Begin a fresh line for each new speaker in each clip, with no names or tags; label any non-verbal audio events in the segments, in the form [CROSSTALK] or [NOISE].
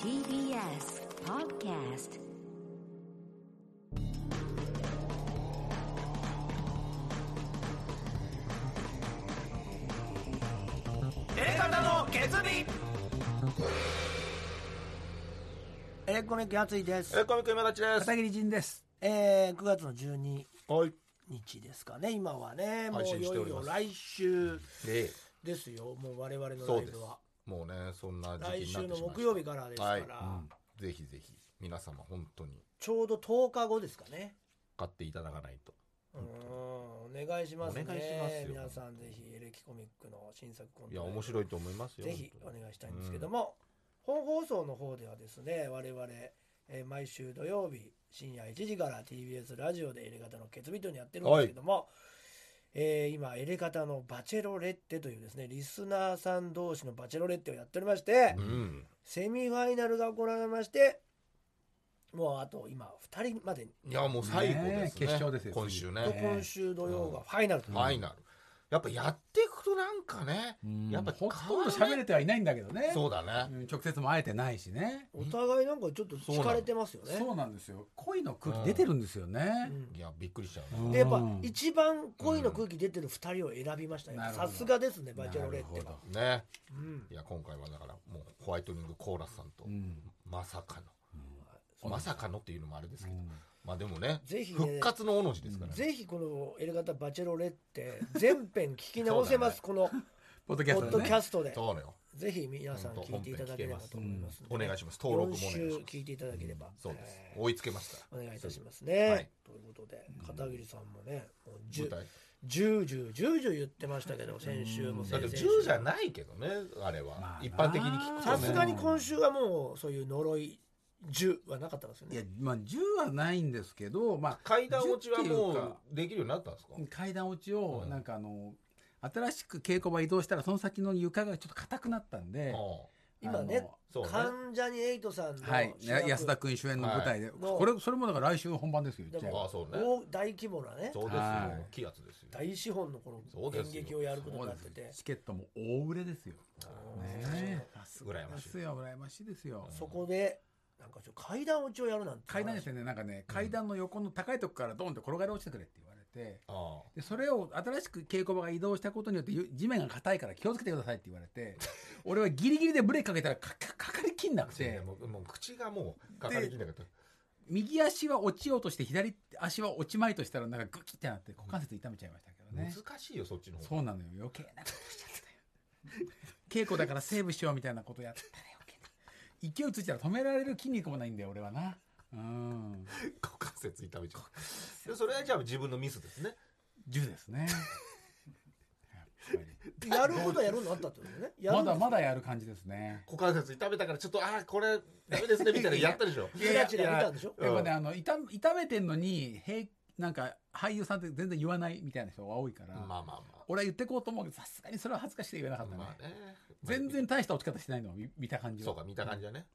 TBS Podcast
方の決意
エレコミックやついです
エレコミック今立ちです
片桐仁です。
えー、9月の12
はい
日ですかね今はねもう
配信
い
して
よ
お
い
りま
よ
す
来週
で
ですよもう我々の
そう
ライ
です
ブは
もうねそんな時
来
期にな
週
っ
の
てしまいました
木曜日からですから、
はい、うんぜひぜひ皆様本当に
ちょうど10日後ですかね
買っていただかないと
うんお願いしますね
お願いしますよ
皆さんぜひエレキコミックの新作コント
いや面白いと思いますよ
ぜひお
本当に
願いしたいんですけども、本放送の方ではですね我々、えー毎週土曜日深夜1時から TBS ラジオでエレガタの決ビトにやってるんですけども、えー今エレガタのバチェロレッテというですねリスナーさん同士のバチェロレッテをやっておりまして、
うん
セミファイナルが行われましてもうあと今2人まで
いやもう最後ですね
ねえ決勝ですよ
今週
と
ね
え
今週土曜がファイナルと、
ファイナルやっぱやっていくとなんかねやっぱ
ほとんど喋れてはいないんだけどね。
そうだね
うん直接も会えてないしね。
お互いなんかちょっと疲れてますよね。
そうなんですよ。恋の空気出てるんですよね
う。ん
いやびっくりしちゃう
う
ね
ん
でやっぱ一番恋の空気出てる2人を選びましたね
なるほ
さ
ど
すがですねバチェロレッテ
なる
は
ほど
ね
うん
いや今回はだからもうホワイトニングコーラスさんと
うん
まさかのまさかのっていうのもあれですけど
うん
まあでもね
ぜひね
復活のおの字ですからね
ぜひこの「エレガタバチェロレッテ」全編聞き直せます、
[LAUGHS]
この
ポッドキャ
ポ
ス
ッ
ト
ド
で
キ
ね。
ャストで
そうなのよ
ぜひ皆さん聞いていただければと思いますので
お願いします登録もお願いし
四
ま
週
す
聞いていただければ、
そうです
えー
追いつけました
お願いいたしますね、
はい
ということで片桐さんもねもうじゅ
舞台
ジュージュージュージュー言ってましたけど先週も
だっ
先
て
々週
10じゃないけどねあれ
ま
は
あな
一般的に聞くと
さ
ね
すがに今週はもうそういう呪い10はなかったんですよ
い
ね
や、まあ、10はないんですけど、まあ、
階段落ちは
10
も
っていうか
うできるようになったんですか
階段落ちを
う、ん
なんかあの、新しく稽古場移動したら、その先の床がちょっと硬くなったんで、
今ね
あの
そうね
関ジャニエイトさんの
はい、
主役
安田君主演の舞台で、
の
これ、それもだから来週本番ですよ、言っちゃえ
あ
ば
あそうね
大大規模なね
そうです
は
よ
い
気圧ですよ
大資本のこ
そう
の
です
演
よ
劇をやること
そ
にな
うで
ってて
すチケットも大売れですよ。ねえ、
羨ましい
ですよ、羨ましいですよ。
そこでなんかちょっと階段落ちをやるなんて
階段ですよねなんかね階段の横の高いとこからドンって転がり落ちてくれって言われて
あ
でそれを新しく稽古場が移動したことによってゆ地面が硬いから気をつけてくださいって言わ
[LAUGHS]
れて俺はギリギリでブレーキかけたらかかかかりきんな
あ
く
そうね
て
もうもう口がもうかかりきんなかった
右足は落ちようとして左足は落ちまいとしたらなんかグキってなって股関節痛めちゃいましたけどね、
難しいよそっちの方
そうなのよ余計なことしちゃったよ稽古だからセーブしようみたいなことやったら余計な勢いついたら止められる筋肉もないんだよ俺はなうん
股関節痛めちゃうでそれはじゃあ自分のミスですね
10ですねやっぱり
やることはやるのあったってことねやる
ま
んで
だ
す
まだやる感じですね。
股関節痛めたからちょっとああこれダメですねみたいなのやったでしょ
チラチラ見たんでしょ
うん
やっぱね、あの、痛め、痛めてんのに、へなんか、俳優さんって全然言わないみたいな人が多いから、
まあまあま
俺は言ってこうと思うけど、さすがにそれは恥ずかしくて言えなか
あ
ったね。
まあね
全然大した落ち方してないのを見見た感じは
そうか見た感じだね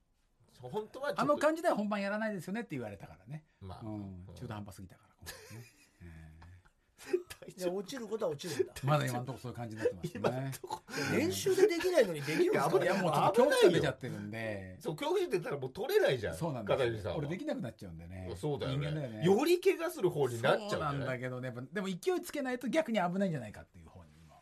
本当はちょっと
あの感じでは本番やらないですよねって言われたからね。
まあ
うん
う。ん
中途半端すぎたから、今回 [LAUGHS] ね
いや落ちることは落ちるんだ
まだ今のところそういう感じになってます
今
ね
の。とこ
練習でできないのにできるんですか
い
いや、もうちょっと恐怖感出ちゃってるんで、
そう恐怖心出たらもう取れないじゃん
そうなんで
片桐
す
さんは
よ。俺できなくなっちゃうんでね。
そうだよね
人間だよね。
より怪我する方になっちゃうんじ
そう
ゃ
なん
な
だ
い
けどねやっぱでも勢いつけないと逆に危ないんじゃないかっていう方に今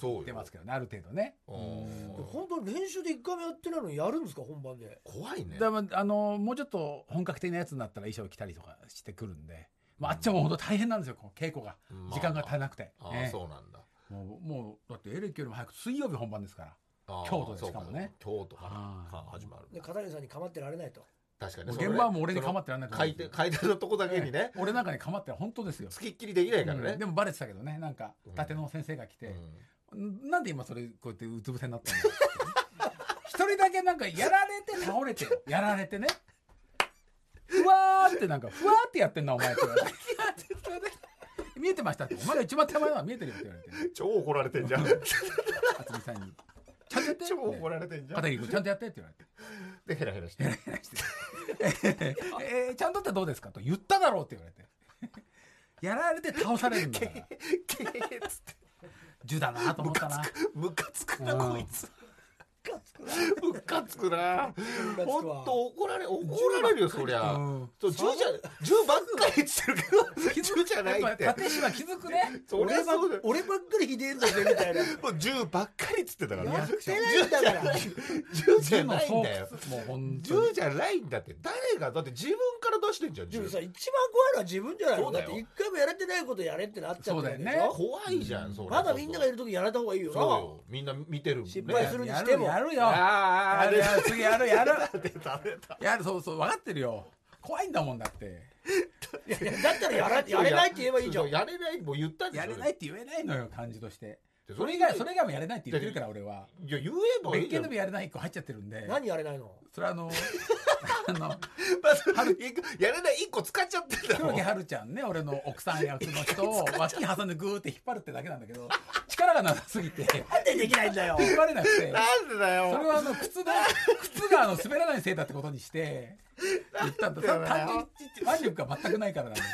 そうよ
出ますけどねある程度ね
うん
本当練習で一回もやってないのにやるんですか本番で
怖いね
だからまああのもうちょっと本格的なやつになったら衣装着たりとかしてくるんで、まあ、あっちはもう本当大変なんですよこう稽古が
まあ
時間が足りなくて、
あ
え
あ
え
そうなんだ
もうもうだってエレキよりも早く水曜日本番ですから
ああ
京都で
そう
しかもね
京都から
はい
は始まる
で片桐さんに構ってられないと
確かに
も
ねそ
う
れ
現場はもう俺に構ってらんない
そ
か
の
ら
回転回転のとこだけにね
ええ俺なんかに構ってら本当ですよ、
つきっきりできないから
う
ね
んでもバレてたけどねなんか
うん
伊達の先生が来て、
うん
なんで今それこうやってうつ伏せになったの [LAUGHS] 一人だけなんかやられて倒れてよやられてねふわーってなんかふわーってやってんなお前って言われて
[LAUGHS]
見えてましたってお前が一番手前なのは見えてるよって言われて
超怒られてんじゃん
渥美さんに「ちゃんとやって」
超怒られてんじゃん
片桐君ちゃんとやってって言われて
でヘラヘラして
「えーちゃんとってどうですか?」と「言っただろう」って言われて
[LAUGHS]
やられて倒されるんだから
けー [LAUGHS] っつって
銃だなと思ったな
ムカつくなこいつムカつくな
ムカつくわ
本当怒られ怒られるよそりゃ
うん
そう銃じゃ銃ばっかりって言ってるけど銃じゃない
や
っ
ってぱ立島気づくね
そりゃ
俺ばっ
そうだよ
俺ばっかりひでえんだぜみたいな。
もう銃ばっかりっつってたから
やってないんだから。
銃じ
銃
ゃ
の
ない
洞
ん
窟
だよ
もう本当に
銃じゃないんだって誰がだって自分から出してんじゃん
でも
銃
さ一番怖いのは自分じゃない
そ
の
う
だ
だ
っ
よ
て一回もやれてないことやれってなっちゃったわけでし
そうだよ
ょ
ね
怖いじゃんそれ
まだみんながい
る
る時やられた方がいいよ
そう
な
よみんな見てるもんね
失敗するにしても
やるよ
あ
や
ーあ
る
れ
よ次やるやる
出た出た
やるそうそう分かってるよ怖いんだもんだって
いやだったらやらやれないって言えばいいじゃん
そうやれないもう言ったんでし
や
ょ
れないって言えないのよ感じとして
で
それ以外それ以外もやれないって言ってるから俺はい
や言えばい
別
いじゃ
件
ん
でもやれない一個入っちゃってるんで
何やれないの
それはあの [LAUGHS] あの
まずやれない一個使っちゃってんだ
黒
も
木
ん
春ちゃんね俺の奥さん役の人を脇挟んでグーって引っ張るってだけなんだけど力がなさすぎて
なんでできないんだよ
引っ張れなくて
なんでだよ
それはあの靴だ靴があの滑らないせいだってことにして言ったんだ
だよ
単純に腕力が全くないからなんだ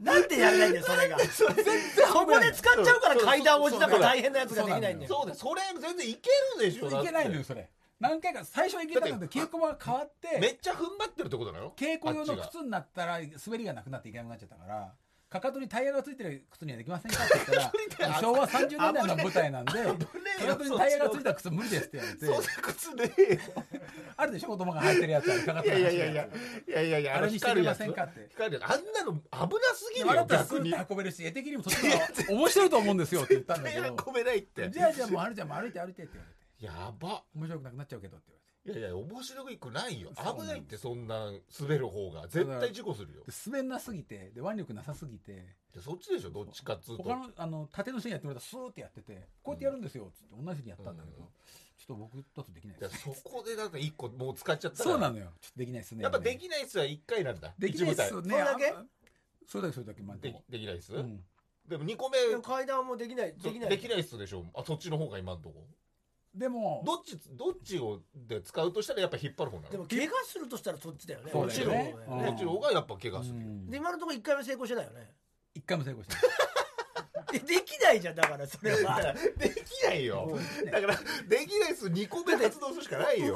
なんでやれないんだよそれが
けど全然
ここで使っちゃうから階段落ちだから大変なやつができないんだよ
そうだよそれ全然いけるでしょ
いけないの
だ
よ
っ
それ何回か最初はいけたんだけど稽古場が変わって
め
て
っちゃ踏ん張ってるってことなの
稽古用
あ
の
っちが
靴になったら滑りがなくなっていけなくなっちゃったからかかとにタイヤがついてる靴にはできませんかって言ったら昭和30年代の舞台なんで
え
か
よ
かとにタイヤがついた靴無理ですって言われ
そんな
て
靴ねえよ
あるでしょ子供が履いてるやつはかか
い
とに
やいやい
走る
やい
や
や
つ
いやいやいや
あれにしてみませんか
あの
って
光るやつ光るやつあんなの危なすぎる
笑
よ
ったらス
逆
ー
に
ッて運べるし絵的にもとっても面白いと思うんですよって言ったんだけど
運べないって
じゃあじゃあもうあるじゃんもう歩いて歩いてって言われて
やば
面白くなくなっちゃうけどって言わ
いやいや面白くないよ
そうなんだ
危ないってそんな滑る方が絶対事故するよ
れてで滑んなすぎてで腕力なさすぎて
でそっちでしょどっちかっつうと
他のあの縦の線やってもらったらスーってやっててこうやってやるんですよっつって同じようにやったんだけど、
うん
ちょっと僕だとできない
いや
です
そこでなんか一個もう使っちゃったら
そうなのよちょっとできないですね
やっぱできないっすは一回なんだ
できないっす
一部
ね
それだけ
あそれだけそれだけまあ
隊で
で
きできないっす、
うん
でも二個目
でも階段もできないで
で
き
き
な
ないいできないっすでしょあそっちの方が今んとこ
でも
どっちどっちをで使うとしたらやっぱ引っ張る方なの
でも怪我するとしたらそっちだよね
そう
だ
ち
よ
ろん
ね
うん
こっちの方がやっぱ怪
う
我するよ、
ん
で今のところ一回も成功してないよね
一回も成功してない
でできないじゃんだからそれは動
できないよだからできないっす二個目発動するしかない
きや
よ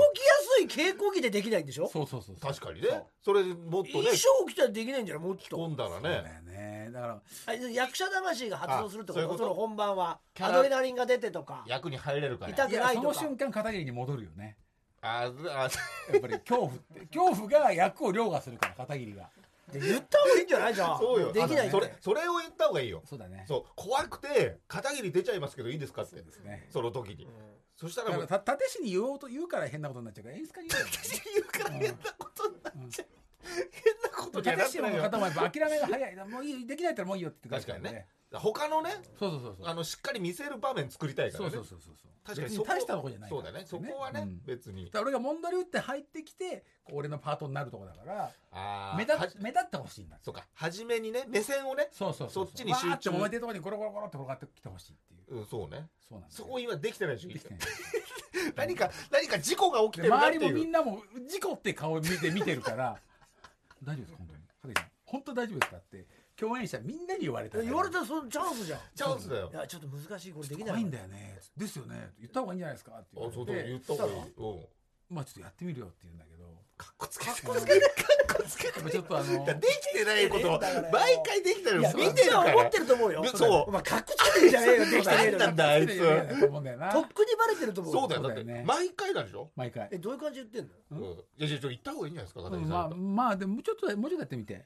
すい稽古着でできないんでしょ
そうそうそうそう
確かにねそれでもっと
衣
ね
装着たらできないんじゃないもっと
込んだら
そうだ
ね
よねだから
あ役者魂が発動するってこと
あそういうこと
その本番は
キャ
ア
ラ
ドレナリンが出てとか
役に入れるか
痛
ら
く
いや
ない
そ
と
の
か
瞬間片桐に戻るよね
あーあー
やっぱり恐怖って [LAUGHS] 恐怖が役を凌駕するから片桐が
で言った方がいいんじゃないじゃん
そうよ
できない
あそ
って
れそれを言った方がいいよ
そうだね
そう怖くて片桐出ちゃいますけどいいですかって
ですね
その時にそした
だ
ら
か
も
ら
う
た立石に言おうと言うから変なことになっちゃうから演出家に言うよ
立石言うから変なことになっちゃう変なことにはな
立
って
石の
ないよ
方もやっぱ諦めが早いもういいできないったらもういいよって言って
確
く
か
れる
に
ら
ね他のね
そうそうそうそう
あのしっかり見せる場面作りたいか
そ
ら
う
ね
そうそうそう
確かに
別
そ
に
こ
大したとこじゃないか
そ
ら
うだねそこはね
うんだ
別に
から俺がモンドリ打って入ってきてこう俺のパートになるとこだから
ああ
目立っ目立ってほしいんだ
そうか初めにね目線をね
そうそう
そっちに集中
わーって揉めてるとこにゴロゴロゴロって転がってきてほしいってい
う
う
んそうね
そうなんだよ
そこ今できてないでし
できて
ょ
ない
何か何か事故が起きて
で
るなって
周りも
い
み
うん
なも事故って顔見て見てるから [LAUGHS] 大丈夫ですか本当に片桐さん本当大丈夫ですかって共演者みんなに言われた
言われ
た
たらそのチャンスじゃん
チャンスだよ
いやちょっと難しいこれできない
怖いんだよねですよね言った方がいいんじゃないですかって
あ
言われて
そうだ言った方がいい
したら
うん
まあちょっとやってみるよって言うんだけど
[LAUGHS] かっこつけてかっこつけてかっこつけて
ちょっとあの
だからできてないこと
できてねえんだからよ
毎回できてる
い
の
や
見
みん
てる
な
か
は
ら
思ってると思うよ
そう
お前かっこつけてんじゃねえよできてねえの
な
に
[LAUGHS]
んだあいつ
失礼だよねと思うんだよ
とっ
な
くにバレてると思うよ
そうだよだっ
そうだよ
て
ね
毎回なんでしょ
毎回
えどういう感じで言ってんの
うんいやいやいや行った方がいいんじゃないですか片
う
桐
ん
さ
まあ
んだっ
まあでもちょっともうちょっとやってみて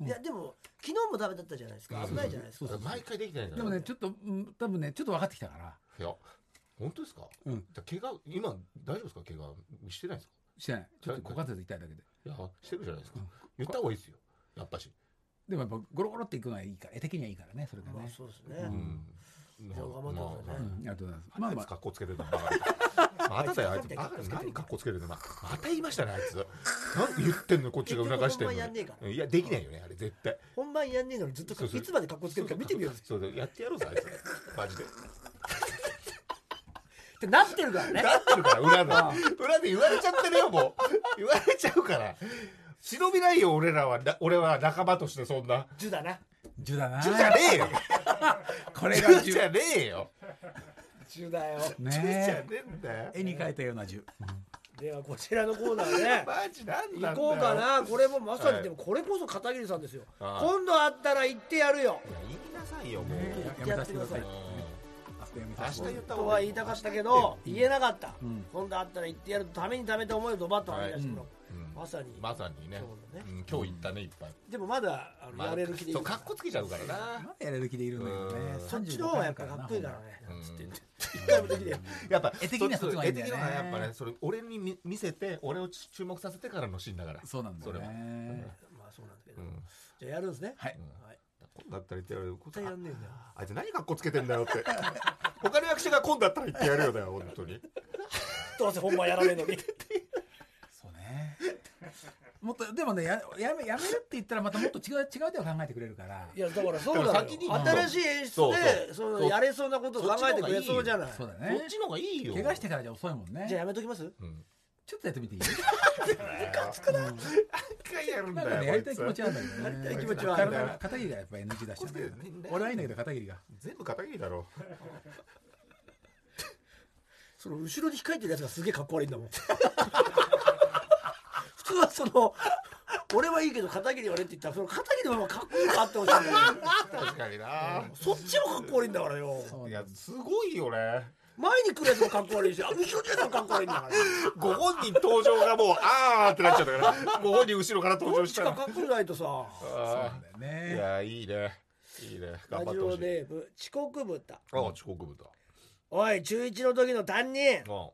うん
いやでも昨日もダメだったじゃないですか危ないじゃないです
そう
たら
そう
か
毎回できてないんだ
でもねちょっとうん多分ねちょっと分かってきたから
いや本当ですか
うん
じゃあ怪我今大丈夫ですか怪我してないですか
してないちょっと股関節痛いだけで
いやしてるじゃないですか言った方がいいですよやっぱし
でもやっぱゴロゴロっていくのはいいから絵的にはいいからねそれが
まあ
ね
そうです
う
ね
んまあ
じゃあ頑張ってくださいね
うんありがとうございま
ま
すま
あ
あ
い
ま
つ
あ
かっこつ
[LAUGHS]
けてるなバカまただよあいつバカ何かっこつけてるのままた言いましたねあいつなんで言ってんのこっちが促してん
結局本番やんねえか
のにいやできないよねあれ絶対
本番やんねえのにずっとか
そうそう
いつまでかっこつけるか見てみようぜ
そうだやってやろうぜあいつマジで
ってなってるから
[LAUGHS]
ね
なってるから裏で裏で言われちゃってるよもう言われちゃうから忍びないよ俺らはな俺は仲間としてそんな
10だな
10だな
10じゃねえよ
これが
10
10
じゃねえよ
中だよ
じゃね
ねえ
えんだよ
絵に描いたような銃
ではこちらのコーナーね
マジなんなんだ
行こう
よ
かなこれもまさに、
はい
でもこれこそ片桐さんですよ
はい
今度会ったら行ってやるよ
言いなさいよもう、
やめさせてください
うん
明日やめ
明
さ
日
せて
言っ
く
た
と
方
は
がい
言
い
いたかったけど
うん
言えなかった、
うん
今度会ったら行ってやるとためにためて思いをドバッと吐き出してもらう
うん
まさに、
まさにね
そうだね
うん今日行ったねいっぱい、
でもまだあの、
まあ
やれる気でいい
そうかっこつけちゃうから
だ
な
まだやれる気でいるんだけどね
うん
そっちの方がやっぱかっこいいからね
うん
つって言って一回もできねえよ
やっぱ
絵的にはそっちの方がいいんだよ
絵
ね
的にはやっぱねそれ俺に見見せて俺を注目させてからのシーンだから
そうなんだよ
それは
ね
まあそうなんだけ
う
ど、
ん、うん
じゃあやるんですね
はい
はい
今度だったら言ってやるよ
絶対やんねえんだよ
あいつ何格好つけてんだよって。 [LAUGHS] 他の役者が今度だったら言ってやるよだよ、本当に。
どうせ本番やらねえの
[LAUGHS]
に
そうねもっとでもねややめやめるって言ったらまたもっと違う違う手を考えてくれるから
いやだからそうだ
だから
よ
先に
新しい演出
そう
で
そう
そ
そ
の
う
やれそうなことを考えてくれそうじゃない
そうだ
そっ
ね
ちの方がいいよ。
怪我してからじゃ遅いもんね
じゃあやめときます
うん。
ちょっとやってみていい
何回やるん
なん
だ
か
よ。
ねやりたい気持ちはあ
こ
るんだ
や
けどね
りたい気持ちはあるんだよ
体片桐がやっぱ NG 出し
こつ
た
け
ね
てね
俺はいいんだけど片桐が
いつ全部片桐だろ。
その後ろに控えてるやつがすげえかっこ悪いんだもん [LAUGHS] 普通はその俺はいいけど片桐はねって言ったらその片桐のままかっこよくあってほしいんだよ
確かにな。
そっちもかっこ悪いんだからよ
そう
いや、すごいよね。
前に来るやつもかっこ悪いしあ後ろに来るやつもかっこ悪いんだから
ご本人登場がもう、あーってなっちゃったか
[LAUGHS]
ら。ご本人後ろから登
ど
場
っ
し
ち
た。
からかっこよくないとさ
な
あ
んだよ
ー
ね
いや、いいね。いいね。
ラ
頑張っ
ジ
てほ
オ
しい。
ネーム遅刻豚
ああ、遅刻部だ。
おい中1の時の担任
うん。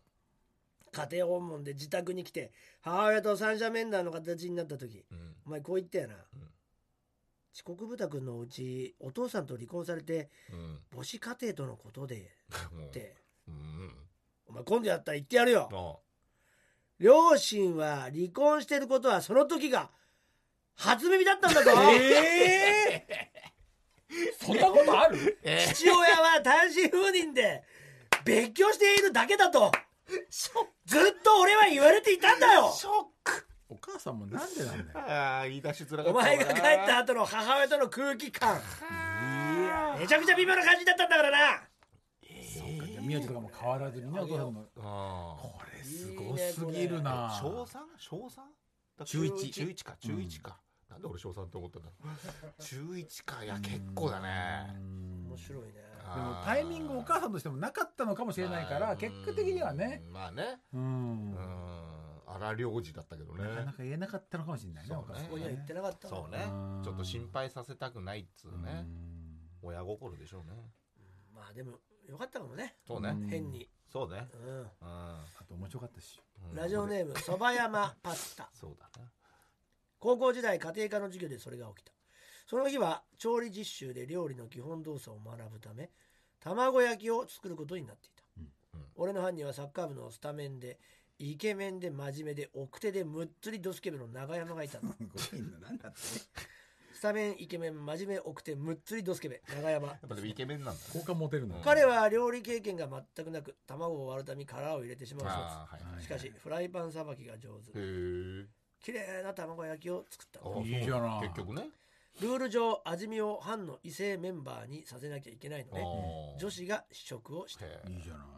家庭訪問で自宅に来て母親と三者面談の形になった時
うん。
お前こう言ったよな、
ん
遅刻豚くんのうちお父さんと離婚されて
うん。
母子家庭とのことで
もう
って
うん。
お前今度やったら言ってやるよ
あ
両親は離婚してることはその時が初耳だったんだぞ、
ええそんなことある
父親は単身赴任で別居しているだけだとずっと俺は言われていたんだよ
ョック
お母さんもなんでなんだよ
ああ、言い出しづらか
お
ったな。
前が帰った後の母親との空気感めちゃくちゃ微妙な感じだったんだからな
そうかじゃあ名字とかも変わらずにねお父さんも
ああ。
これすごすぎるな
小三小三
中一
中一か中一か、なんで俺小三って思ったんだろう中一かいや結構だね
うん
面白いね
でもタイミングお母さんとしてもなかったのかもしれないから結果的にはね
うんまあね
うん
うん荒領事だったけどね
なかなか言えなかったのかもしれないね
そう
お
ね
母さ
そ
ん
こには言ってなかったの
そうね
うん
ちょっと心配させたくないっつうね親心でしょうね
まあでもよかったかもね
そうね
うん
変に、
そうね
うん
うん
あと面白かった [LAUGHS] し
うん
ラジオネームそば山パスタ
そうだね
高校時代家庭科の授業でそれが起きたその日は調理実習で料理の基本動作を学ぶため卵焼きを作ることになっていた、
うんうん
俺の犯人はサッカー部のスタメンでイケメンで真面目で奥手でむっつりドスケベの長山がいたんだ
5人の何だって
スタメンイケメン真面目奥手むっつりドスケベ長山
やっぱでもイケメンなんだ
好感持てるの
うん
彼は料理経験が全くなく卵を割るために殻を入れてしまう
ああはい
は
そう
い
ですしかしフライパンさばきが上手
へえ
綺麗な卵焼きを作った
ああ
いいじゃない
そう結局ね
ルール上味見を班の異性メンバーにさせなきゃいけないので
あ
女子が試食をした
へ
い
え
いじゃない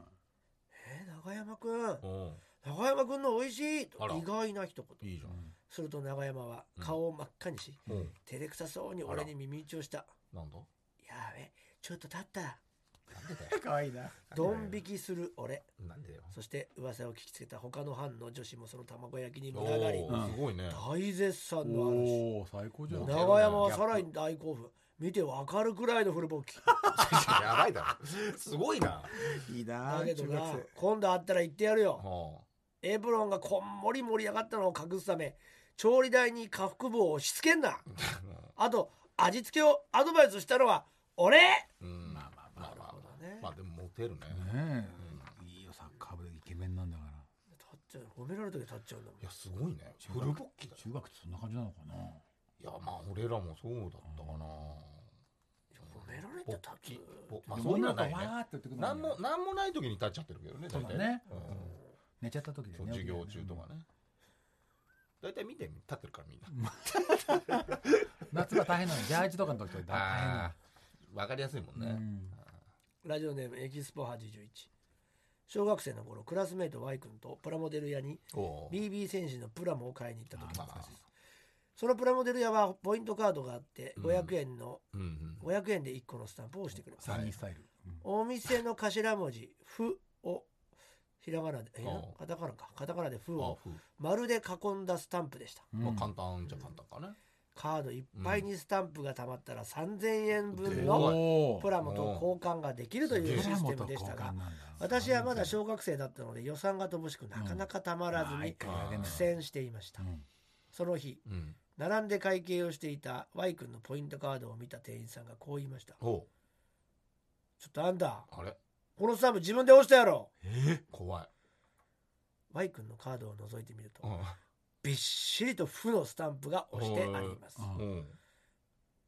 えー、長山くん
うん
長山くんの美味しいと
あら
意外な一言
いいじゃん
すると長山は顔を真っ赤にし、
うん
照れくさそうに
あ
俺
ら
に耳打ちをした
なんだ
やべちょっと立った
なんでだよ
可愛いな
ドン引きする俺
なんでよ。
そして噂を聞きつけた他の班の女子もその卵焼きに群がり
おーすご
[LAUGHS]
いね。
大絶賛の嵐
おお最高じゃん
な
長山はさらに大興奮見てわかるくらいのフルボッキ
やばいだろ。すごい [LAUGHS] な。
いいな
だけど
中学
な
生
今度会ったら言ってやるよ
は
エプロンがこんもり盛り上がったのを隠すため調理台に下腹部を押し付けんなあと味付けをアドバイスしたのは俺
あ。うん。
まあまあまあ
まあま
ね
あ。まあでもモテるね。
ねえいいよサッカー部でイケメンなんだから
立っちゃう褒められる時立っちゃうんだもん
いやすごいね。フルボッキだよ。
中学ってそんな感じなのかない
やまあ俺らもそうだったかな。
褒められて
ボッ
立つ
キ。ぼまあそういうのはない
わ
ね。
ーって言ってくる
なんもなんもない時に立っちゃってるけどね。大体
そうだね。
うん
寝ちゃった時で
そう授業中とかね。大体見て立ってるからみんな。
夏場大変なのジャージとかの時とか大変な
あー。わかりやすいもん
のう
ね。
ん
ラジオネームエキスポ81小学生の頃クラスメート Y 君とプラモデル屋に
おー
BB 戦士のプラモを買いに行った時
まあまあ
そのプラモデル屋はポイントカードがあって
うん
500円の、
うんうん
500円で1個のスタンプを押してくれます、
サニースタイル。うん
お店の頭文字「ふ」をひらがなでえ
ああ
カタカナかカタカナで「ふ」
あ
を
ふ
丸で囲んだスタンプでした
う
まあ
ん
簡単じゃ簡単かね
カードいっぱいにスタンプがたまったら3000円分
うん
の
おー
プラモと交換ができるという
プ
シ
ラ
ス
モ
テ
と
ムで
交
した
換
が
なんだ
私はまだ小学生だったので予算が乏しくなかなかたまらず
まあ
に
一回やれない
苦戦していました
うん
その日
うん
並んで会計をしていた Y 君のポイントカードを見た店員さんがこう言いました「
お
ちょっとあんた
あれ
このスタンプ自分で押したやろ!
怖い」
Y 君のカードを覗いてみると
うん
びっしりと負のスタンプが押してあります。
うん
うん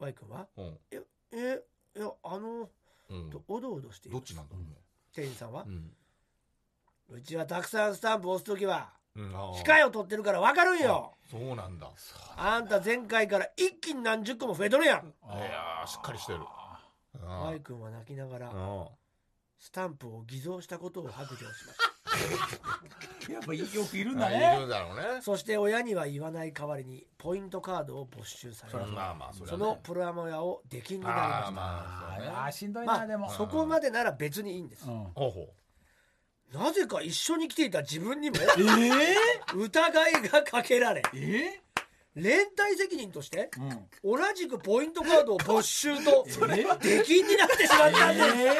Y 君は
うん
「えいやあの」
うん
と
ど
おどおどしていま
っ
す
ちなんだろうね
店員さんは
うん
「うちはたくさんスタンプ押す時は
うんあー
控えを取ってるから分かるんよ
そうなんだ
あんた前回から一気に何十個も増えとるやん!」
いやーしっかりしてる
あ
Y 君は泣きなが
う
ら
ん
スタンプを偽造したことを白状しました
ーやっぱよくいるんだ
あい
ね
るだろうね
そして親には言わない代わりにポイントカードを没収されまし
ま
た
あまあそれ
そ
は
の
ね
プラモ屋を出禁になり
あ
まし
ーまあそうね
あーしんどい
た
なで
ま
も
あそこまでなら別にいいんです
うん
ほうほ
なぜか一緒に来ていた自分にも
えー
疑いがかけられ
え
連帯責任として
ーうん
同じくポイントカードを没収と
れ
出禁になってしまったんです
えー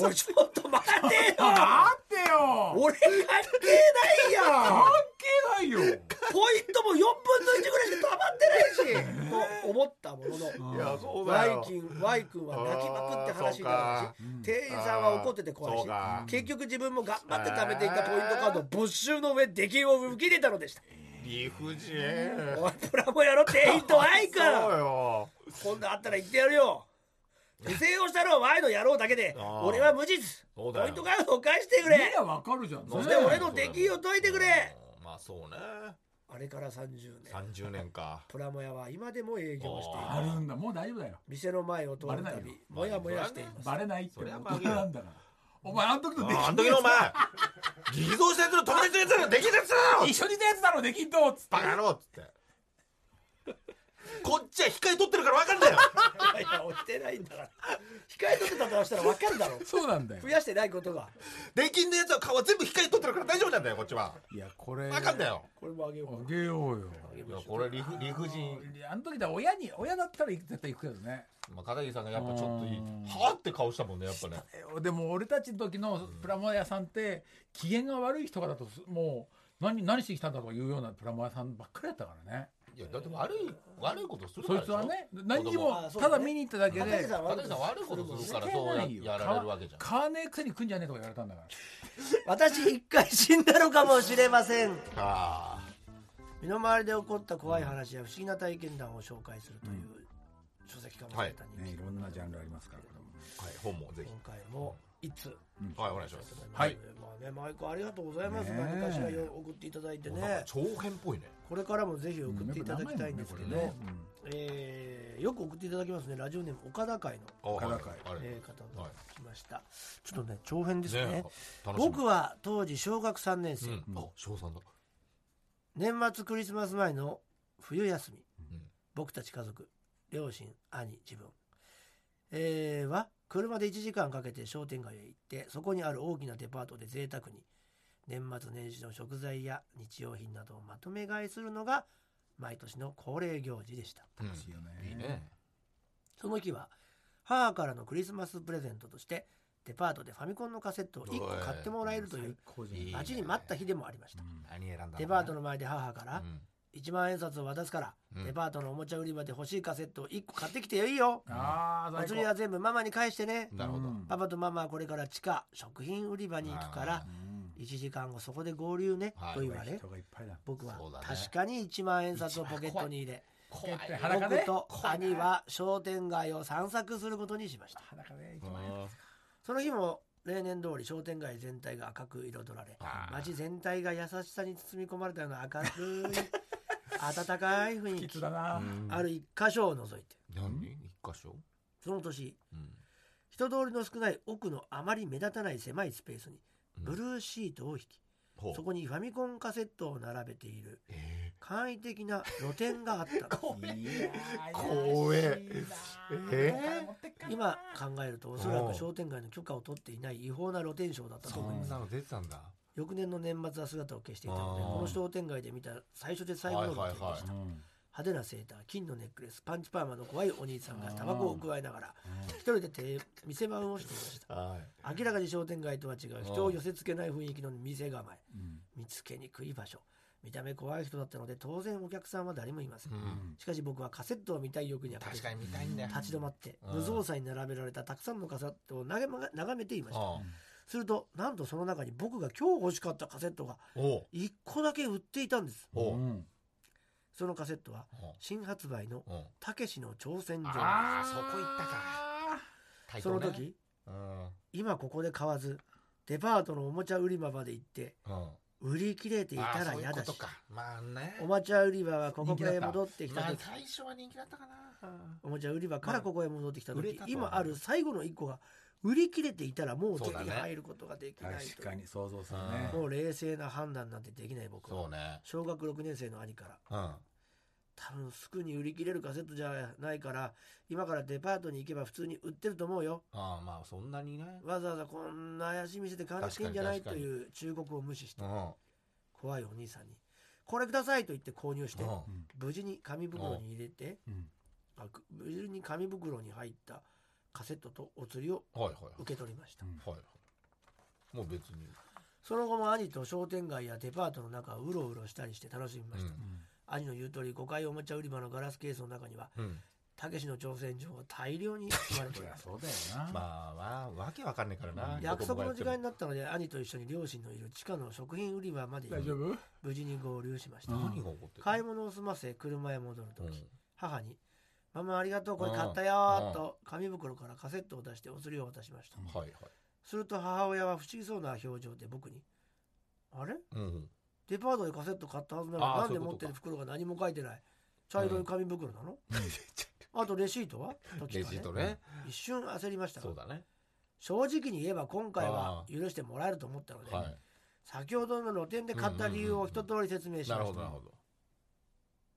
俺ちょっと待ってよ
待ってよ
俺関係ないやん
関係ないよ
ポイントも4分の1ぐらいしか溜まってないしと思ったものの
ういやそうだ
Y
よ
君 Y 君は泣きまくって話にな
あー
るし
そ
うか
店員さんは怒ってて怖い
そうか
し結局自分も頑張って貯めていたポイントカードを没収の上出禁を受け入れたのでした
理不尽
おいプラモやろ店員と Y 君
[LAUGHS] そうよ
今度会ったら言ってやるよ不正をしたのは前の野郎だけで
あー
俺は無実ポ
そうだよ
イントカードを返してく
みん
れ
なわかるじゃん
そ
ね
して俺の出禁を解いてくれ
うんまあそうね
あれから30年
30年か
プラモ屋は今でも営業してい
あ
る
るんだもう大丈夫だよ
店の前を通る
バ
た
レない
び
よ
もやもやしています
バレないって
そりゃ
大人なんだからお前あの時のでき
ああん時のお前偽造したやつの友達のやつのできたやつだろ
[LAUGHS] 一緒にいたやつだろできんとっつって
バカ野郎っつってこっちは控え取ってるから分かんだよ
いやいや落ちてないんだから控えとってたとはしたら分かるだろ
そうなんだよ
増やしてないことが
出禁のやつは顔は全部控え取ってるから大丈夫なんだよこっちはい
やこれ
分かんだよ
これもあげよう
あげようよ
いやこれ理不理不尽
あの時だ親に親だったら絶対行くけどね
まあ片桐さんがやっぱちょっといい
うん
はあって顔したもんねやっぱね
えーでも俺たちの時のプラモ屋さんって機嫌が悪い人からだとすもう何何してきたんだとかいうようなプラモ屋さんばっかりだったからね
いやだって悪い悪いことするか
そ
ら
い
でし
つ
ょ
はね何にも
あーそうだ
た
ね
だ見に行っただけ
片
で
桐さん
片桐さん悪いことするからそうややられるわけじゃん
買わねえくせに来んじゃねえとか言われたんだから
私一回死んだのかもしれません
ああ
身の回りで起こった怖い話や不思議な体験談を紹介するという書籍かもしれた
ねい
人気
ろんなジャンルありますからこれも
はい本もぜ
今回もいつ
ひはいお願いします
はい
まあね毎回ありがとうございます
ねえ
何かしらよ送っていただいて
なんか
ね
長編っぽいね
これからもぜひ送っていただきたいんですけ
うんや
ど
っぱ名前もねこれね
えーよく送っていただきますねラジオネーム岡田会の
あはい
岡田会
あれ
えー方が
はい
来ました、ちょっとね長編ですね
ね楽しみ
僕は当時小学3年
う
生、
んあ賞賛だ
年末クリスマス前の冬休み、
ん
僕たち家族両親兄自分、えーは車で1時間かけて商店街へ行ってそこにある大きなデパートで贅沢に年末年始の食材や日用品などをまとめ買いするのが毎年の恒例行事でした
うん
楽しいよね
いいね
その日は母からのクリスマスプレゼントとしてデパートでファミコンのカセットを1個買ってもらえるという
最高じゃ
いい
ない
待ちに待った日でもありました
うん
何選んだのかな
デパートの前で母から
うん
「1万円札を渡すから
うん
デパートのおもちゃ売り場で欲しいカセットを1個買ってきてよいいよ
ああ
お釣りは全部ママに返してね
なるほど
うん
パパとママはこれから地下食品売り場に行くから1時間後そこで合流ね」
はい
と言われ
人がいっぱいだ
僕は
そうだね
確かに1万円札をポケットに入れ
怖い
だって裸
僕
で
と兄は商店街を散策することにしました
裸で
う
一
ん
万円
その日も例年通り商店街全体が赤く彩られ
あー
街全体が優しさに包み込まれたような明るい
[LAUGHS]
温かい雰囲
き
気
つだな
うん
ある一箇所を除いて
何一箇所
その年
うん
人通りの少ない奥のあまり目立たない狭いスペースに
うん
ブルーシートを引き、
ほう
そこにファミコンカセットを並べている
え
簡易的な露店があった
[LAUGHS]
の
怖ええ
今考えるとおそらく商店街の許可を取っていない違法な露天商だったと
そ
思いま
ん
す
なの出てたんだ
翌年の年末は姿を消していたので
あー
この商店街で見た最初で最後の露店でした、
はいはいはい
派手なセーター金のネックレスパンチパーマの怖いお兄さんがタバコを加えながら一人で手店番をしていました
はい
明らかに商店街とは違う人を寄せ付けない雰囲気の店構え見つけにくい場所見た目怖い人だったので当然お客さんは誰もいません、
うん
しかし僕はカセットを見たい欲にあふれ
確かに見たいんだよ
立ち止まって
うん
無造作に並べられたたくさんのカセットを眺め眺めていました
あ
するとなんとその中に僕が今日欲しかったカセットが
あおう
1個だけ売っていたんです
おう
そのカセットは
おう
新発売の
おう
「たけしの挑戦状」
あーそこ行ったか対
そ
等
の
ね
時
うん
今ここで買わずデパートのおもちゃ売り場まで行って
うん
売り切れてい
あ
た
あ
ら
そういう
嫌
こ
だし
とかまあね
おもちゃ売り場はここから
人気だった
戻ってきた
まあ
時
最初は人気だったかな
おもちゃ売り場からここへ戻ってきた
まあ売
時
れたと
今ある最後の1個が売り切れていたらもう手に
そうだね
入ることができないという
確かに想像する
うん
ね
もう冷静な判断なんてできない僕
そ
は
うね
小学6年生の兄から
うん
多分すぐに売り切れるカセットじゃないから今からデパートに行けば普通に売ってると思うよ
ああまあそんなにね
わざわざこんな怪しい店で買わなくていいんじゃない
確
と
かに
いう忠告を無視して
うん
怖いお兄さんに「これください」と言って購入して
うん
無事に紙袋に入れて
うん
あく無事に紙袋に入ったカセットとお釣りを
はいはい
受け取りました
はいもう別に
その後も兄と商店街やデパートの中をうろうろしたりして楽しみました、
うん
兄の言う通り5階おもちゃ売り場のガラスケースの中には
うん
たけしの挑戦状が大量に含まれて
そ
い
りゃ
ます
そうだよ
まあ
な
まあわけわかんないからな
約束の時間に
に
なったので兄と一緒に両親のいる地下の食品売り場まで行き
夫
無事に合流しました、
うん
何が起こってる
買い物を済ませ車へ戻る
う
時、
ん
母に「ママありがとうこれ買ったよ
う
ー」
ん
と紙袋からカセットを出してお釣りを渡しました、
うん
はいはい
すると母親は不思議そうな表情で僕に「あれ
うん
[LAUGHS] デパートでカセット買ったはずなのに
あー
なんで
そういう
持
こ
っ
と
て
か
る袋が何も書いてない茶色い紙袋なの、あとレシートはと聞
レ
か
ジ
れ
とね
一瞬焦りました
そう
が
だね
正直に言えば今回は
あ
許してもらえると思ったので、
は
先ほどの露店で買った理由を一通り説明
い
しま
なる
し
ほど
た、
なるほど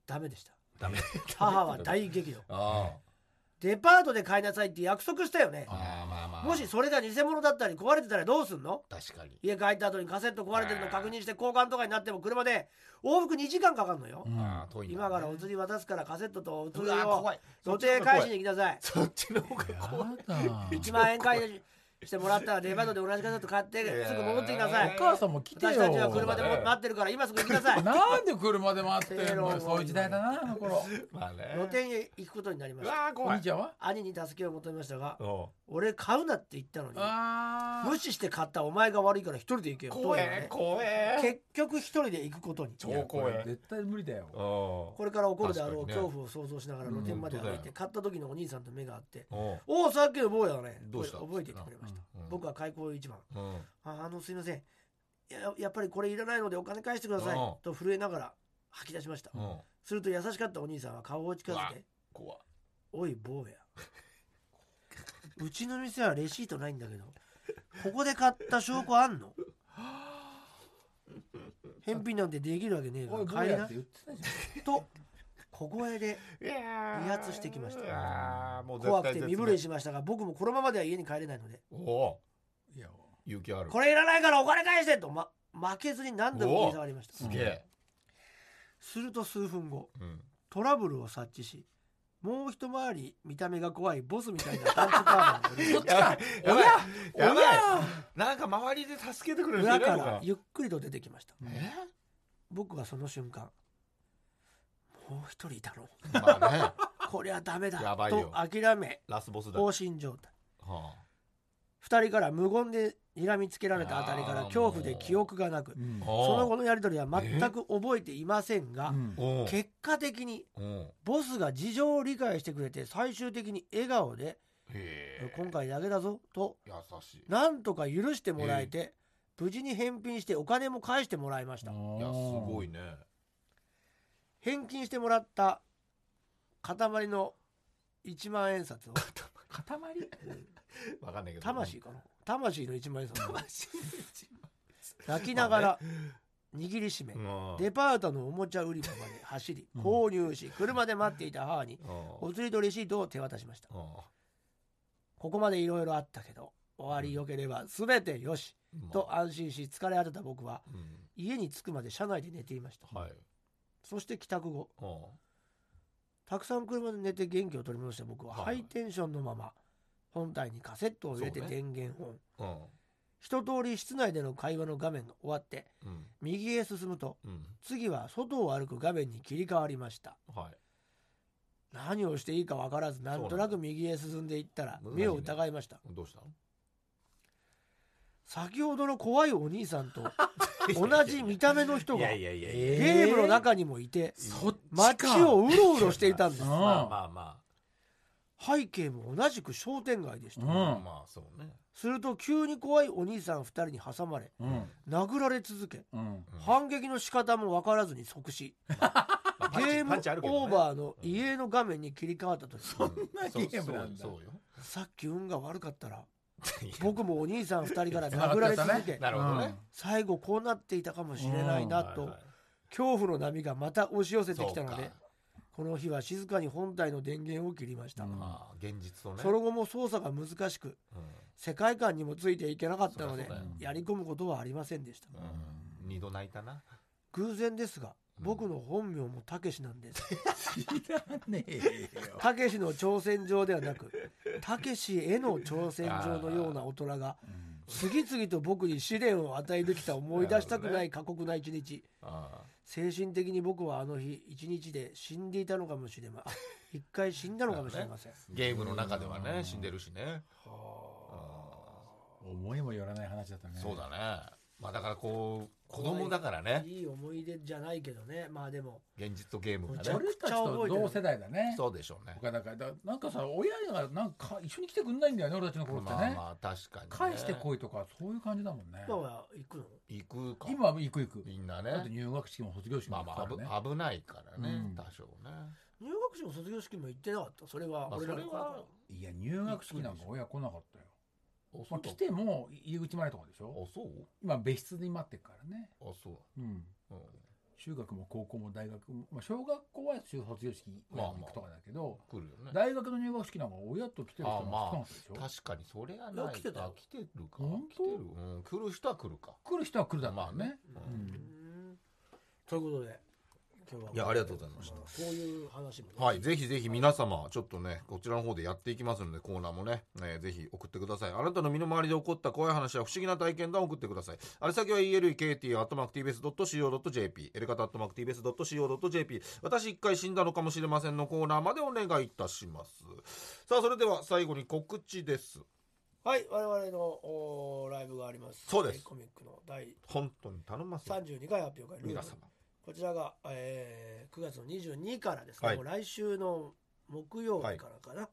ダメでした
ダメ
母は大激怒
あ
デパートで買いなさいって約束したよね
あああまあまあ
もしそれが偽物だったり壊れてたらどうすんの
確かに
家帰った後にカセット壊れてるの確認して交換とかになっても車で往復2時間かかるのよ、
ああ遠いんだ
今からお釣り渡すからカセットとお釣り
うわ
を
怖い
土手へ返しに来なさい
そっちの方が怖い
1万円返ししてもらったらデパートで同じカセット買って
や
すぐ戻ってきなさ
お
い
母さんも来てよ
私たちは車で
も
も待ってるから今すぐ行きなさ
[LAUGHS]
い
なんで車で待ってん
正
の
論
そういう時代だなあの頃
まあね
露店へ行くことになりま
う
した
わあ
お
怖い
兄ちゃんは
兄に助けを求めましたが
おう
俺買うなって言ったのに
あ
無視して買ったお前が悪いから一人で行けよ
怖
どうなの
え
ね
怖え
結局一人で行くことに
超怖え
絶対無理だよ
お
これから起こるであろう
確かにね
恐怖を想像しながら露店まで歩い
うん本当だ
て
よ
買った時のお兄さんと目が合って
うおう
「おおさっきの坊やだね」
どうした
これ覚えていてくれました
うん
僕は開口一番
うん
「ああのすいませんややっぱりこれいらないのでお金返してください
うん」
と震えながら吐き出しました
うん
すると優しかったお兄さんは顔を近づけ
怖
「おい坊やうちの店はレシートないんだけどここで買った証拠あんの?」返品なんてできるわけねえか
おい
ら
坊
帰り
やっ
な
て言ってたじ
と小声で
いやー
威圧してきました
いやーもう絶対
怖くて身震い
絶
しましたが僕もこのままでは家に帰れないので
対おお
ゃんいや
勇気ある
これいらないからお金返してと、ま、負けずに何度も言い触りました
すげえ
すると数分後
うん
トラブルを察知しもう一回り見た目が怖いボスみたいなパンチパーマンを取り
こ
出し
っちか
やばいやばい
お
なんか周りで助けてくれる
裏
人いな
か
いのから
ゆっくりと出てきました
え
僕はその瞬間もう一人いたの
まあね
こりゃダメだ
やばいよ
と諦め
ラスボスだ
放心状態
は
二人から無言で睨みつけられたあたりから恐怖で記憶がなく
うん
あ
その後のやり取りは全く覚えていませんが、
うん
おう
結果的に
おう
ボスが事情を理解してくれて最終的に笑顔で「
へえ
今回だけだぞ」と
優しい
なんとか許してもらえて、無事に返品してお金も返してもらいました、
いやすごいね
返金してもらった塊の1万円札を
塊
わかんないけど。
魂かな魂の一枚さん
[LAUGHS] 魂の一
泣きながら握りしめ、
枚。
デパートのおもちゃ売り場まで走り、購入し車で待っていた母に
うん、
お釣りとレシートを手渡しました
う
ここまでいろいろあったけど終わりよければ全てよし
ん。
と安心し疲れ果てた僕は
うん、
家に着くまで車内で寝ていました、
はい。
そして帰宅後
うん
たくさん車で寝て元気を取り戻した僕は
は
ハ
い
イテンションのまま本体にカセットを入れて
そうね
電源オン、
うん。
一通り室内での会話の画面が終わって
うん。
右へ進むと
うん。
次は外を歩く画面に切り替わりました
はい。
何をしていいか分からずなんとなく右へ進んでいったら目を疑いました
どうしたの
先ほどの怖いお兄さんと
[LAUGHS]
同じ見た目の人
い
が
やい
ゲ
やいやいや。
ームの中にもいて
そっち
街
か
をうろうろしていたんです
うん
まあまあま
背景も同じく商店街でし
う
た
あ。
ん
まあそうね。
すると急に怖いお兄さん2人に挟まれ
うん
殴られ続け
うん
うん
反撃の仕方も分からずに即死
まあパンチ
ゲーム
パンチあるけどね
オーバーの家の画面に切り替わった時
うん
そんなゲームなんだ
そうそうよ。
さっき運が悪かったら
そうよ
[LAUGHS] 僕もお兄さん2人から殴られ続け
[LAUGHS] なるほどね。
最後こうなっていたかもしれないな
はい
と
はい
恐怖の波がまた押し寄せてきたの
そう
で
か
この日は静かに本体の電源を切りました、
うん
まあ現実とね。
その後も操作が難しく
う
世界観にもついていけなかったので
そうだそう
だよ
やり込むことはありませんでした
んうん二度泣いたな。
偶然ですが
うん
僕の本名もたけしなんです
知らねえよ
たけしの挑戦状ではなくたけしへの挑戦状のような大人が次々と僕に試練を与えてきた思い出したくない過酷な一日
あ
精神的に僕はあの日一日で死んでいたのかもしれません
[LAUGHS]
一回死んだのかもしれません、
ーゲームの中では
う
ね
ん
死んでるしね。
思いもよらない話だったね
そうだね。まあだからこう子
怖い
供だからね
いい思い出じゃないけどねまあでも
現実とゲームが
ちゃ
ね
く。
俺たちと同世代だね
そうでしょうね。
他だからだなんかさ親がなんか一緒に来てくんないんだよね俺たちの頃ってね、
まあまあ確かにね。
返してこいとかそういう感じだもんね
今は行くの
行くか。
今は行く行く
みんな
だって
ね。
入学式も卒業式
まあ
も
まあ
行くか
危
らね
危ないからね
うん
多少ね。
入学式も卒業式も行ってなかったそれは
まあ
俺
そ
ら
れ
の頃
は。
いや入学式なんか親来なかったよ、
おそ
ま
う
あ、来ても入り口前とかでしょ
あそう
今別室で待ってるからね
あそう。
うん
うん
中学も高校も大学も、まあ、小学校は中卒業式親も行くとかだけど、
来るよね。
大学の入学式なんか親と来てる人も少なかったでしょ、
確かにそれはいな
や
い
来てたよ
来てるか
本
来
当
てる、うん、来る人は来るか
来る人は来るだろうね,、
まあ
う
ね
う
ん
んということで今日はい
やありがとうございました
こういう話もね、
はいぜひぜひ皆様ちょっとねこちらの方でやっていきますのでコーナーもね、えーぜひ送ってくださいあなたの身の回りで起こった怖い話や不思議な体験談を送ってくださいあれ先は elekt.mactvs.co.jp エレカタ .mactvs.co.jp 私一回死んだのかもしれませんのコーナーまでお願いいたしますさあそれでは最後に告知です
はい我々のおーライブがあります
そうです
えーコミックの第
本当に頼みますよ
32回発表会ルー
皆
ル
様
こちらが、えー9月の22からですね、
はい
もう来週の木曜日からかな、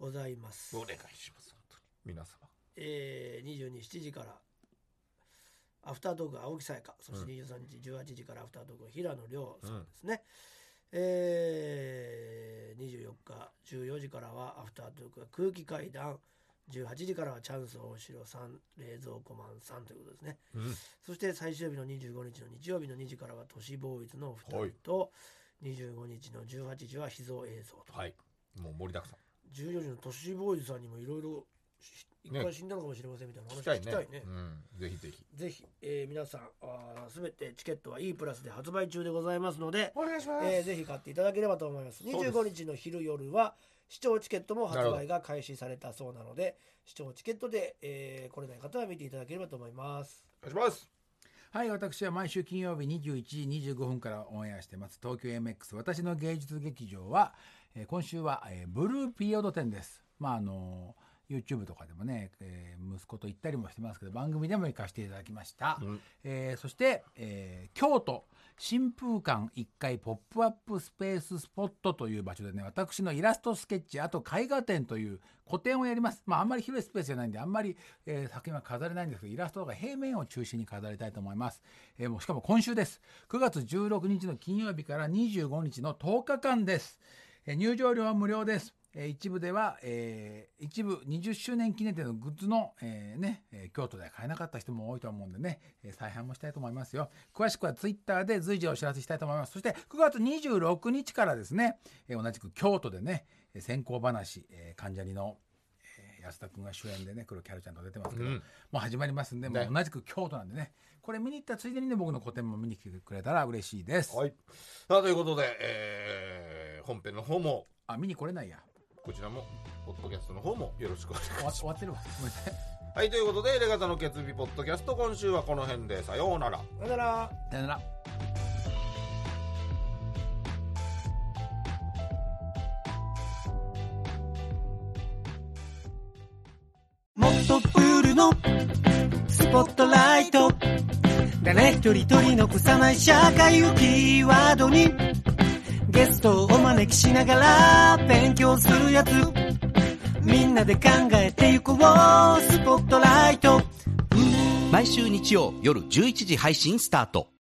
ございます
お願いします本当に皆様
えー、227時からアフタートークは青木さやかそして23日18時からアフタートークは平野亮さんですね、えー、24日14時からはアフタートークは空気階段18時からはチャンス大城さん冷蔵庫マンさんということですね
うん
そして最終日の25日の日曜日の2時からは都市ボーイズのお
は
二
い
人と、25日の18時は秘蔵映像と、
はい。もう盛りだくさん。
14時の都市ボーイズさんにもいろいろし一
ね
回死んだのかもしれませんみたいな話聞
聞きたい
き
ね。
たいね。
うん。ぜひぜひ。
ぜひ、えー皆さんすべてチケットは E プラスで発売中でございますので、
お願いしま
えーぜひ買っていただければと思います
そうです
25日の昼夜は視聴チケットも発
なるほ
売が開始されたそうなので視聴チケットで、えー来れない方は見ていただければと思います
お願いします。
はい、私は毎週金曜日21時25分からオンエアしてます。東京 MX 私の芸術劇場は、えー今週は、えーブルーピリオド展です。まああの YouTube とかでもね、えー息子と行ったりもしてますけど、番組でも行かせていただきました。
うん
えーそして、えー京都新風館1階ポップアップスペーススポットという場所でね、私のイラストスケッチ、あと絵画展という個展をやります。まああんまり広いスペースじゃないんで、あんまり、えー作品は飾れないんですけど、イラストが平面を中心に飾りたいと思います。えーもうしかも今週です。9月16日の金曜日から25日の10日間です。えー入場料は無料です。ええー一部では、えー一部20周年記念でのグッズの、えーねえー京都では買えなかった人も多いと思うんでね、えー再販もしたいと思いますよ詳しくはツイッターで随時お知らせしたいと思いますそして9月26日からですね、えー同じく京都でねえー先行話、えー、関ジャニの、えー安田君が主演でね黒木華ちゃんと出てますけど、
うん
もう始まりますんで、
ね
もう同じく京都なんでねこれ見に行ったついでにね僕の個展も見に来てくれたら嬉しいです、
はい。さあ、ということで、えー本編の方も、
あ見に来れないや
こちらも、ポッドキャストの方もよろしくお願いし
終
ま
わ
す。
終わってるわごめんなさい
はい、ということで、エレガタの決意ポッドキャスト、今週はこの辺で、さようなら。
さよなら
さよなら
もっとプールのスポットライト誰一人取り残さない社会をキーワードにゲストをお招きしながら勉強するやつみんなで考えてゆこうスポットライト
毎週日曜夜11時配信スタート